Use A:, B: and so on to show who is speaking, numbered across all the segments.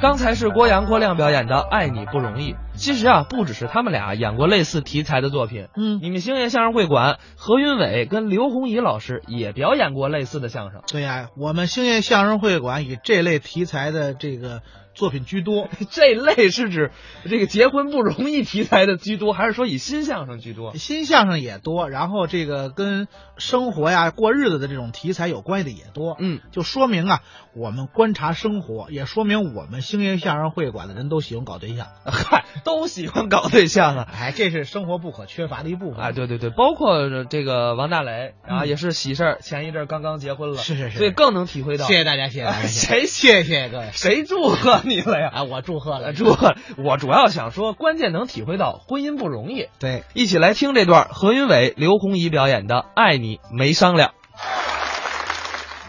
A: 刚才是郭阳、郭亮表演的《爱你不容易》。其实啊，不只是他们俩演过类似题材的作品。
B: 嗯，
A: 你们星爷相声会馆何云伟跟刘洪怡老师也表演过类似的相声。
C: 对呀、啊我们兴业相声会馆以这类题材的这个作品居多。
A: 这类是指这个结婚不容易题材的居多，还是说以新相声居多？
C: 新相声也多，然后这个跟生活呀、过日子的这种题材有关系的也多，
A: 嗯，
C: 就说明啊，我们观察生活，也说明我们兴业相声会馆的人都喜欢搞对象。
A: 嗨，都喜欢搞对象啊。
C: 哎，这是生活不可缺乏的一部分。
A: 啊，对对对，包括这个王大雷啊，
C: 嗯
A: 也是喜事儿，前一阵儿刚刚结婚了，
C: 是是是
A: 所以更能体会到。
C: 谢谢大 家，谢谢 大家，
A: 哎 谁
C: 谢谢各位
A: 谁祝贺你了呀？
C: 啊！我祝贺了，
A: 祝贺！我主要想说，关键能体会到婚姻不容易。
C: 对，
A: 一起来听这段何云伟、刘洪怡表演的《爱你没商量》。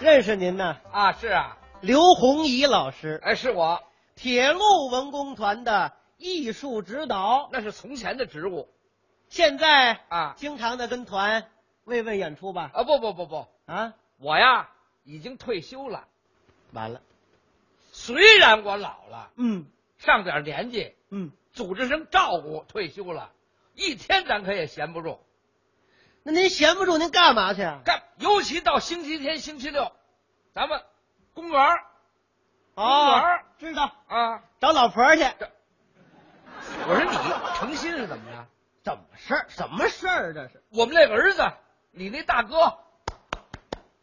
D: 认识您呢，
E: 啊，是啊，
D: 刘洪怡老师，
E: 哎，是我，
D: 铁路文工团的艺术指导，
E: 那是从前的职务
D: 现在
E: 啊
D: 经常的跟团慰问演出吧？
E: 啊，不不不不，
D: 啊，
E: 我呀已经退休了。
D: 完了，
E: 虽然我老了，
D: 嗯
E: 上点年纪，
D: 嗯，
E: 组织声照顾，退休了，一天咱可也闲不住。
D: 那您闲不住，您干嘛去啊？
E: 干，尤其到星期天、星期六，咱们公园儿公园
D: 哦
E: 儿，
D: 知道，
E: 啊，
D: 找老婆去。
E: 我说你诚心是怎么着？
D: 怎么事儿？什么事儿？这是
E: 我们那儿子，你那大哥，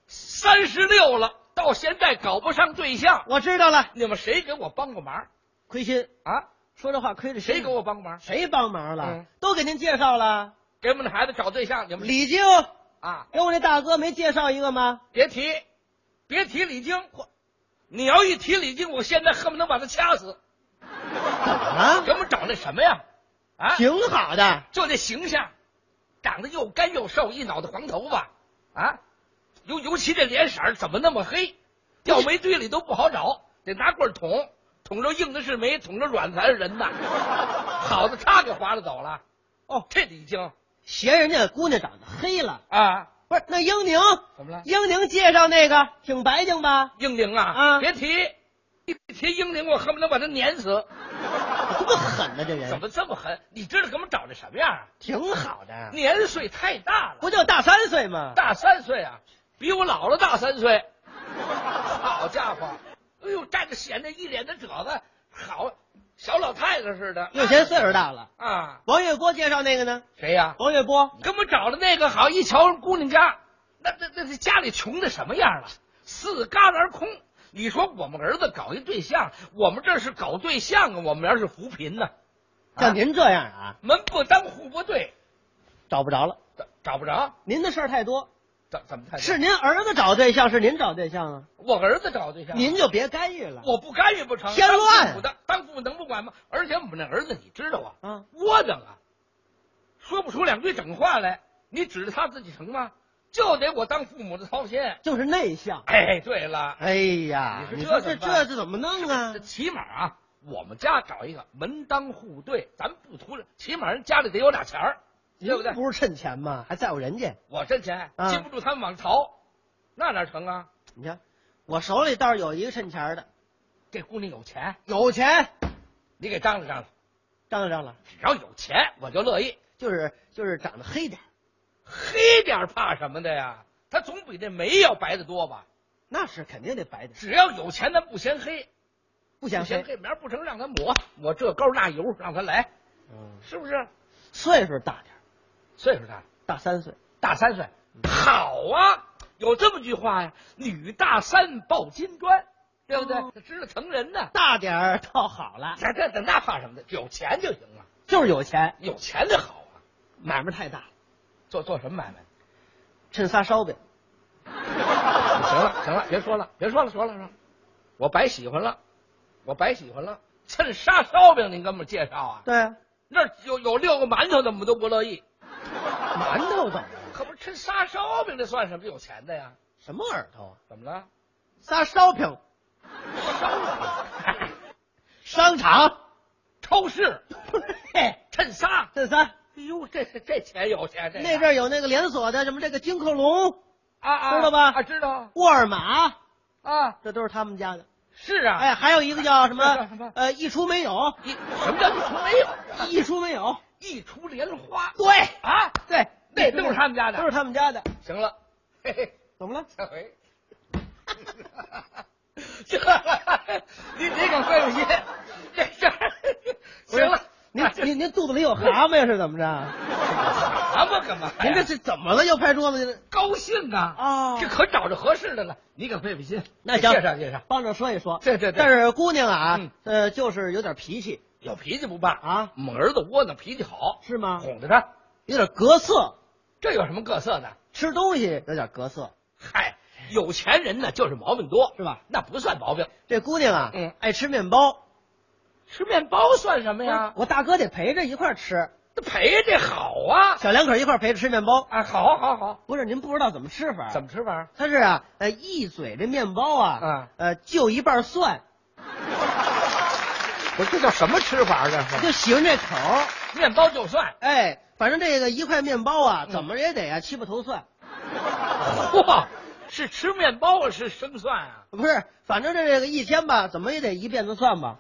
E: 三十六了，到现在搞不上对象，
D: 我知道了，
E: 你们谁给我帮过忙
D: 亏心，
E: 啊？
D: 说这话亏着心
E: 谁给我帮忙？
D: 谁帮忙了？
E: 嗯
D: 都给您介绍了，
E: 给我们的孩子找对象，你们
D: 李菁
E: 啊，
D: 给我那大哥没介绍一个吗？
E: 别提，别提李菁，你要一提李菁，我现在恨不能把他掐死。
D: 怎么了？
E: 给我们找那什么呀？啊，
D: 挺好的。
E: 就这形象，长得又干又瘦，一脑袋黄头发，啊，尤尤其这脸色儿怎么那么黑？掉煤堆里都不好找，得拿棍儿捅，捅着硬的是煤，捅着软才是人呐。 好的，他给划拉走了。哦，这李菁
D: 嫌人家姑娘长得黑了，
E: 啊，
D: 不是那英宁
E: 怎么了？
D: 英宁介绍那个挺白净吧？
E: 英灵啊，
D: 啊
E: 别提，一提英灵，我恨不能把他碾死。
D: 这么狠呢、这人
E: 怎么这么狠？你知道给我们找的什么样啊？
D: 挺好的，
E: 年岁太大了，
D: 不就大三岁吗？
E: 大三岁啊，比我姥姥大三岁。好家伙，哎呦，站着显得一脸的褶子，好小老太太似的。
D: 又嫌岁数大了。
E: 啊？
D: 王月波介绍那个呢？
E: 谁呀、
D: 王月波
E: 给我们找的那个好，一瞧姑娘家，那那那那家里穷的什么样了？四旮旯空。你说我们儿子搞一对象，我们这是搞对象啊，我们儿是扶贫呢、啊
D: 像您这样啊，
E: 门不当户不对，
D: 找不着了。
E: 找找不着，
D: 您的事儿太多，
E: 怎怎么才
D: 是您儿子找对象，是您找对象啊？
E: 我儿子找对象，
D: 您就别干预了。
E: 我不干预不成？
D: 添乱
E: 当父母的当父母能不管吗？而且我们那儿子，你知道啊，
D: 啊，
E: 窝囊啊，说不出两句整话来，你指着他自己成吗？就得我当父母的操心。
D: 就是内向。
E: 哎，对了，
D: 哎呀，
E: 你
D: 你
E: 说
D: 说
E: 这
D: 这
E: 怎么办
D: 这这怎么弄啊
E: 这？起码啊，我们家找一个门当户对，咱不图着，起码人家里得有俩钱儿，对不对
D: 您？不是趁钱吗？还在乎人家？
E: 我挣钱，
D: 啊
E: 禁不住他们往逃，那哪成啊？
D: 你看，我手里倒是有一个趁钱的，
E: 这姑娘有钱，
D: 有钱，
E: 你给张罗张罗，
D: 张罗张罗。
E: 只要有钱我就乐意。
D: 就是就是长得黑点儿，
E: 黑点儿怕什么的呀？他总比这煤要白的多吧？
D: 那是肯定得白点儿，
E: 只要有钱，咱不嫌黑，
D: 不
E: 不
D: 显
E: 嫌
D: 黑。
E: 黑，明儿不成让他抹抹这膏那油，让他来，
D: 嗯，
E: 是不是？
D: 岁数大点儿，
E: 岁数大，
D: 大三岁。
E: 大三岁，好啊，有这么句话呀，女大三抱金砖，对不对？
D: 哦
E: 他知道成人呢，
D: 大点儿倒好了，
E: 这这这那怕什么的？有钱就行了，
D: 就是有钱，
E: 有钱的好啊。
D: 买卖太大了，
E: 做做什么 买卖？
D: 趁仨烧饼。
E: 行了，行了，别说了，别说了，说了说了，我白喜欢了，我白喜欢了。趁杀烧饼，您给我们介绍啊？
D: 对啊，
E: 那儿有有六个馒头的，我们都不乐意。
D: 馒头怎么了？
E: 可不是吃仨烧饼，这算什么有钱的呀？
D: 什么耳朵啊？
E: 怎么了？
D: 仨烧饼，
E: 烧饼？
D: 商场，
E: 超 市？
D: 嘿，
E: 趁仨？
D: 这仨。
E: 哎呦，这这钱有钱，这
D: 那阵儿有那个连锁的，什么这个金客隆、
E: 啊啊，
D: 知道吧
E: 啊，知道
D: 沃尔玛，
E: 啊，
D: 这都是他们家的。
E: 是啊，
D: 哎，还有一个叫什
E: 叫什
D: 么
E: 么？
D: 呃，一出没有，
E: 一什么叫一出没有？
D: 一出没有。
E: 一出莲花，
D: 对
E: 啊，
D: 对，
E: 那都是他们家的
D: 都是他们家的。
E: 行了，嘿嘿，
D: 怎么了？
E: 下回，这你别敢怪我爷，这事儿
D: 不是
E: 行了，
D: 您您您肚子里有蛤蟆呀？是怎么着？
E: 蛤蟆干嘛呀？
D: 您这是怎么了？又拍桌子去了？
E: 高兴啊！
D: 啊
E: 这可找着合适的了，你可费费心。
D: 那行，
E: 介绍介绍，
D: 帮着说一说。
E: 对对对
D: 但是姑娘啊，
E: 嗯
D: 呃，就是有点脾气，
E: 有脾气不罢
D: 啊
E: 我们儿子窝囊，脾气好，
D: 是吗？
E: 哄着他，
D: 有点隔色，
E: 这有什么各色的？
D: 吃东西有点隔色，
E: 嗨，有钱人呢就是毛病多，
D: 是吧？
E: 那不算毛病，
D: 这姑娘啊，
E: 嗯
D: 爱吃面包。
E: 吃面包算什么呀？
D: 我大哥得陪着一块儿吃，
E: 这陪这好啊
D: 小两口一块儿陪着吃面包。
E: 啊，好好好，
D: 不是您不知道怎么吃法？
E: 怎
D: 么？
E: 么吃法？
D: 他是啊，呃，一嘴这面包啊，
E: 啊
D: 呃，就一半蒜，
E: 不是这叫什么吃法？啊这是
D: 就喜欢这口儿。
E: 面包就算，
D: 哎，反正这个一块面包啊，怎么也得啊七八头蒜，
E: 哇，是吃面包啊，是生蒜啊？
D: 不是？反正这个一天吧，怎么也得一辫子蒜吧。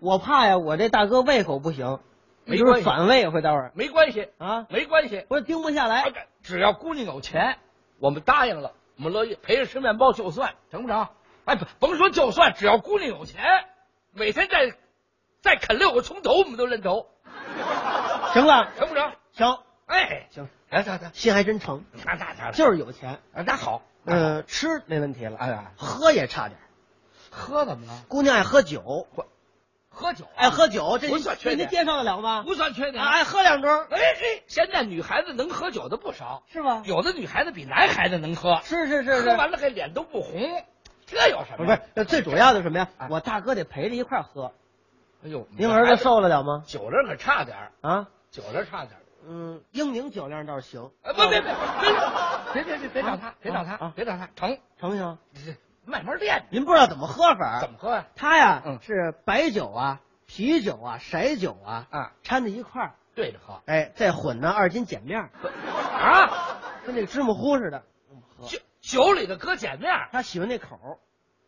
D: 我怕呀，我这大哥胃口不行，
E: 没
D: 就是
E: 关系
D: 反胃回头儿
E: 没关系，
D: 啊，
E: 没关系，
D: 我盯不下 来。
E: 哎只要姑娘有钱，我们答应了，我们乐意陪着吃面包就算，成不成？哎，不甭说就算，只要姑娘有钱，每天再再啃六个葱头，我们都认头，
D: 行了，
E: 成不成？
D: 行
E: 哎，
D: 行，
E: 哎，那那
D: 心还真诚，
E: 那那那
D: 就是有 钱。
E: 啊那好，
D: 嗯、吃没问题了，
E: 哎呀
D: 喝也差点儿。
E: 喝怎么了？
D: 姑娘爱喝酒，
E: 喝酒啊
D: 爱哎喝酒，这
E: 不算
D: 这
E: 缺
D: 您
E: 点
D: 接受得了吗？
E: 不算缺点
D: 啊，。爱喝两盅，
E: 哎嘿，现在女孩子能喝酒的不少，
D: 是吧？
E: 有的女孩子比男孩子能喝，
D: 是是是
E: 喝
D: 是，
E: 完了还脸都不红，这有什
D: 不是不
E: 么呀？
D: 是，呃最主要的是什么呀
E: 啊？
D: 我大哥得陪着一块儿喝。
E: 哎呦，
D: 您儿子受得了吗？
E: 酒量可差点儿，
D: 啊，
E: 酒量差点儿。
D: 嗯，英宁酒量倒是行，
E: 啊，不别别别别 别别别找他，别找
D: 啊
E: 他，别找他，成，
D: 成不行？
E: 慢慢练，
D: 您不知道怎么喝法
E: 怎
D: 儿，
E: 么喝呀？
D: 他呀、
E: 嗯
D: 是白酒啊、啤酒啊、色酒啊
E: 啊，
D: 掺在一块儿，
E: 对着喝
D: 哎，再混呢二斤碱面儿，
E: 啊，
D: 跟那个芝麻糊似的。
E: 嗯
D: 喝
E: 酒酒里头搁碱面儿，
D: 他喜欢那口儿，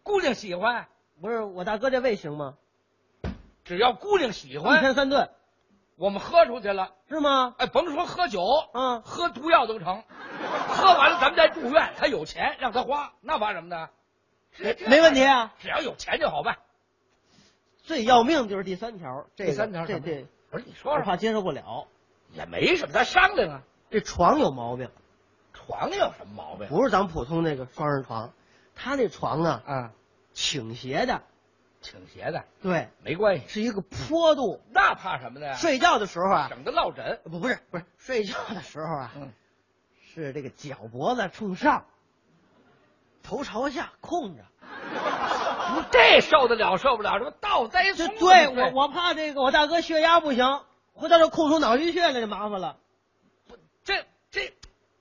E: 姑娘喜欢，
D: 不是我大哥这胃行吗？
E: 只要姑娘喜
D: 一
E: 欢，
D: 天三顿
E: 我们喝出去了，
D: 是吗？
E: 哎，甭说喝酒，
D: 啊，
E: 喝毒药都成，喝完了咱们再住院，他有钱让他花，那怕什么呢？
D: 没没问题啊。
E: 只要有钱就好办。
D: 最要命就是第三条，这个
E: 第三条
D: 这
E: 什么
D: 这
E: 不是你说
D: 我
E: 说，
D: 怕接受不了。
E: 也没什么，咱商量啊。
D: 这床有毛病，
E: 床有什么毛病？
D: 不是咱普通那个双人床，他那床啊
E: 啊，
D: 倾斜的，
E: 倾斜的
D: 对，
E: 没关系，
D: 是一个坡度。
E: 那怕什么的呀？
D: 睡觉的时候啊，
E: 整的落枕。
D: 不不是不是睡觉的时候啊，
E: 嗯
D: 是这个脚脖子冲上，头朝下空着。
E: 不，这受得了受不了？什么倒栽
D: 这
E: 葱？
D: 对我我怕这个我大哥血压不行，回头就空出脑淤血来就麻烦了。
E: 这这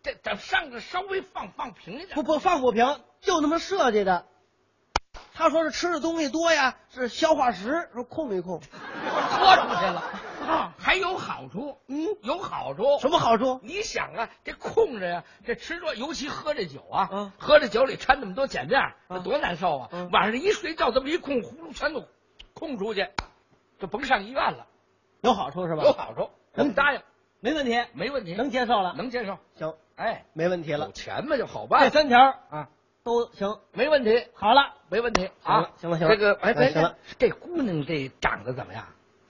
E: 这咱上个稍微放放平一点
D: 不。不放不平，就那么设计的。他说是吃的东西多呀，是消化食，说控一控。
E: 豁出去了啊，还有好处，
D: 嗯，
E: 有好处。
D: 什么好处？
E: 你想啊，这空着呀、这吃着，尤其喝这酒啊，
D: 嗯
E: 喝这酒里掺那么多碱面儿，那多难受啊！
D: 嗯
E: 晚上一睡觉，这么一空，呼噜全都空出去，就甭上医院了，
D: 有好处是吧？
E: 有好处。我们答应，
D: 没问题，
E: 没问题，
D: 能接受了。
E: 能接受。
D: 行，
E: 哎，
D: 没问题
E: 有
D: 了。
E: 钱嘛就好
D: 这
E: 办
D: 三条
E: 啊，
D: 都行。
E: 没问题，
D: 好了，
E: 没问题
D: 行
E: 啊
D: 了。行了行了
E: 这个哎，
D: 哎
E: 哎
D: 行了，
E: 这姑娘这长得怎么样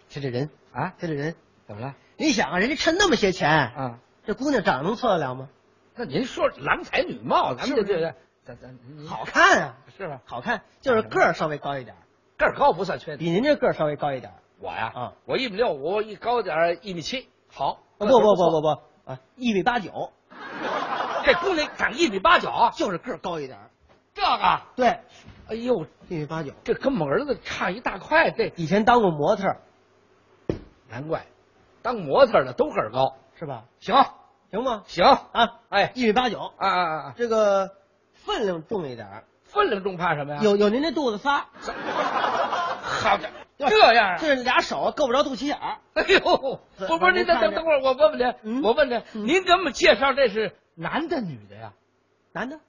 D: 就这人，
E: 啊？
D: 就这人，
E: 怎么了
D: 你想啊，人家趁那么些钱，
E: 啊？
D: 这姑娘长得能错得了吗？
E: 那您说郎才女貌，咱们
D: 是
E: 这
D: 不是
E: 这咱咱您
D: 好看啊，
E: 是吧？
D: 好看，就是个儿稍微高一点，
E: 个儿高不算缺点。
D: 比您这个儿稍微高一点。
E: 我呀，
D: 啊
E: 我一米六五，一高点儿一米七，啊好，
D: 不
E: 个头
D: 不
E: 错
D: 不不，不啊，一米八九，
E: 这姑娘长一米八九，
D: 就是个儿高一点。
E: 这个，
D: 对，
E: 哎呦，
D: 一米八九。
E: 这跟我们儿子差一大块，这
D: 以前当过模特儿
E: 难怪，当模特的都个儿高，
D: 是吧？
E: 行
D: 行吗？
E: 行，
D: 啊，
E: 哎
D: 一米八九，
E: 啊啊啊啊，
D: 这个分量重一点儿，
E: 分量重怕什么呀？
D: 有有您这肚子仨，
E: 啊好的，这样啊。
D: 这俩手够不着肚脐眼儿。
E: 哎呦，不不是，您等等等会儿，我问问您，
D: 嗯
E: 我问您，您给我们介绍这是男的女的呀？
D: 男的，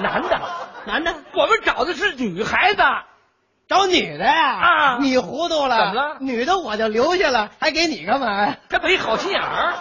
E: 男的，
D: 男的，
E: 我们找的是女孩子，
D: 找女的呀？
E: 啊
D: 你糊涂了？
E: 怎么了
D: 女的我就留下了，还给你干嘛呀？
E: 这没好心眼儿。